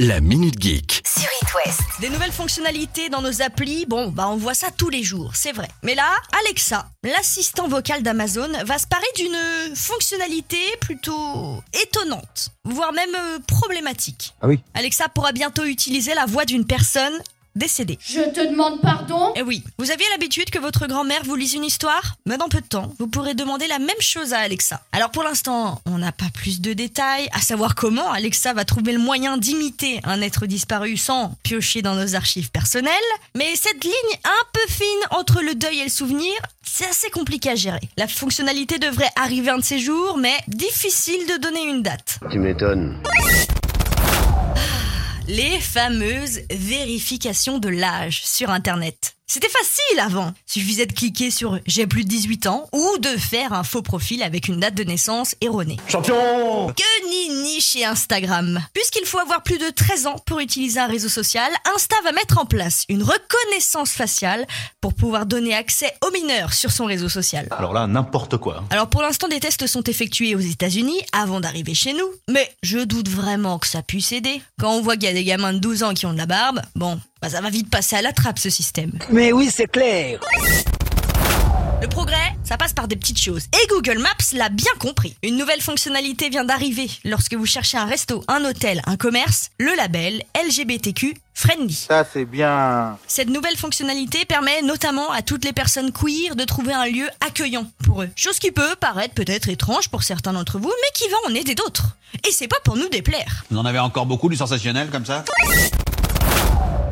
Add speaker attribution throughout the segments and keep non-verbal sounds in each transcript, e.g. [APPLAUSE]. Speaker 1: La Minute Geek.
Speaker 2: sur It West.
Speaker 3: Des nouvelles fonctionnalités dans nos applis, bon, bah on voit ça tous les jours, c'est vrai. Mais là, Alexa, l'assistant vocal d'Amazon, va se parer d'une fonctionnalité plutôt étonnante, voire même euh, problématique.
Speaker 4: Ah oui.
Speaker 3: Alexa pourra bientôt utiliser la voix d'une personne décédée.
Speaker 5: Je te demande pardon
Speaker 3: Eh oui, vous aviez l'habitude que votre grand-mère vous lise une histoire Mais Bah, dans peu de temps, vous pourrez demander la même chose à Alexa. Alors pour l'instant, on n'a pas plus de détails, à savoir comment Alexa va trouver le moyen d'imiter un être disparu sans piocher dans nos archives personnelles. Mais cette ligne un peu fine entre le deuil et le souvenir, c'est assez compliqué à gérer. La fonctionnalité devrait arriver un de ces jours, mais difficile de donner une date.
Speaker 6: Tu m'étonnes.
Speaker 3: Les fameuses vérifications de l'âge sur Internet. C'était facile avant. Suffisait de cliquer sur J'ai plus de 18 ans ou de faire un faux profil avec une date de naissance erronée.
Speaker 4: Champion
Speaker 3: Que nini chez Instagram. Puisqu'il faut avoir plus de 13 ans pour utiliser un réseau social, Insta va mettre en place une reconnaissance faciale pour pouvoir donner accès aux mineurs sur son réseau social.
Speaker 4: Alors là, n'importe quoi. hein.
Speaker 3: Alors pour l'instant, des tests sont effectués aux États-Unis avant d'arriver chez nous. Mais je doute vraiment que ça puisse aider. Quand on voit qu'il y a des gamins de 12 ans qui ont de la barbe, bon, bah ça va vite passer à la trappe ce système.
Speaker 7: Mais oui, c'est clair.
Speaker 3: Le progrès, ça passe par des petites choses. Et Google Maps l'a bien compris. Une nouvelle fonctionnalité vient d'arriver. Lorsque vous cherchez un resto, un hôtel, un commerce, le label LGBTQ Friendly.
Speaker 8: Ça, c'est bien.
Speaker 3: Cette nouvelle fonctionnalité permet notamment à toutes les personnes queer de trouver un lieu accueillant pour eux. Chose qui peut paraître peut-être étrange pour certains d'entre vous, mais qui va en aider d'autres. Et c'est pas pour nous déplaire.
Speaker 9: Vous en avez encore beaucoup du sensationnel comme ça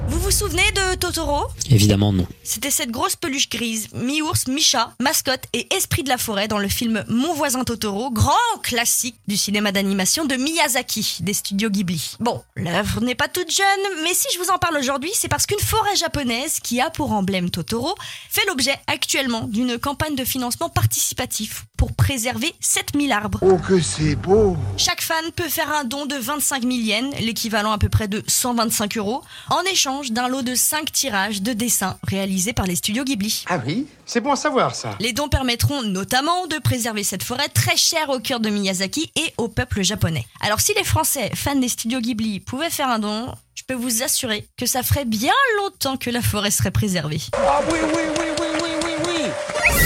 Speaker 3: Vous vous souvenez de Totoro
Speaker 10: Évidemment non.
Speaker 3: C'était cette grosse peluche grise, mi-ours, mi-chat, mascotte et esprit de la forêt dans le film Mon voisin Totoro, grand classique du cinéma d'animation de Miyazaki, des studios Ghibli. Bon, l'œuvre n'est pas toute jeune, mais si je vous en parle aujourd'hui, c'est parce qu'une forêt japonaise qui a pour emblème Totoro fait l'objet actuellement d'une campagne de financement participatif pour préserver 7000 arbres.
Speaker 8: Oh, que c'est beau
Speaker 3: Chaque fan peut faire un don de 25 000 yens, l'équivalent à peu près de 125 euros, en échange d'un lot de 5 tirages de dessins réalisés par les studios Ghibli.
Speaker 8: Ah oui C'est bon à savoir, ça.
Speaker 3: Les dons permettront notamment de préserver cette forêt très chère au cœur de Miyazaki et au peuple japonais. Alors si les Français, fans des studios Ghibli, pouvaient faire un don, je peux vous assurer que ça ferait bien longtemps que la forêt serait préservée.
Speaker 8: Ah oui, oui, oui, oui, oui, oui, oui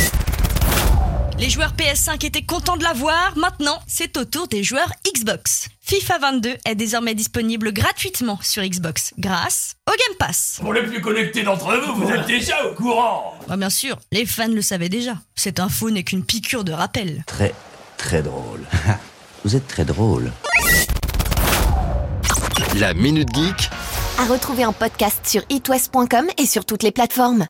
Speaker 3: Les joueurs PS5 étaient contents de la voir, maintenant c'est au tour des joueurs Xbox. FIFA 22 est désormais disponible gratuitement sur Xbox grâce au Game Pass.
Speaker 11: Pour les plus connectés d'entre vous, vous êtes déjà au courant
Speaker 3: Ah, bien sûr, les fans le savaient déjà. Cette info n'est qu'une piqûre de rappel.
Speaker 6: Très, très drôle.
Speaker 1: [LAUGHS]
Speaker 6: Vous êtes très drôle.
Speaker 1: La Minute Geek
Speaker 2: À retrouver en podcast sur itwest.com et sur toutes les plateformes.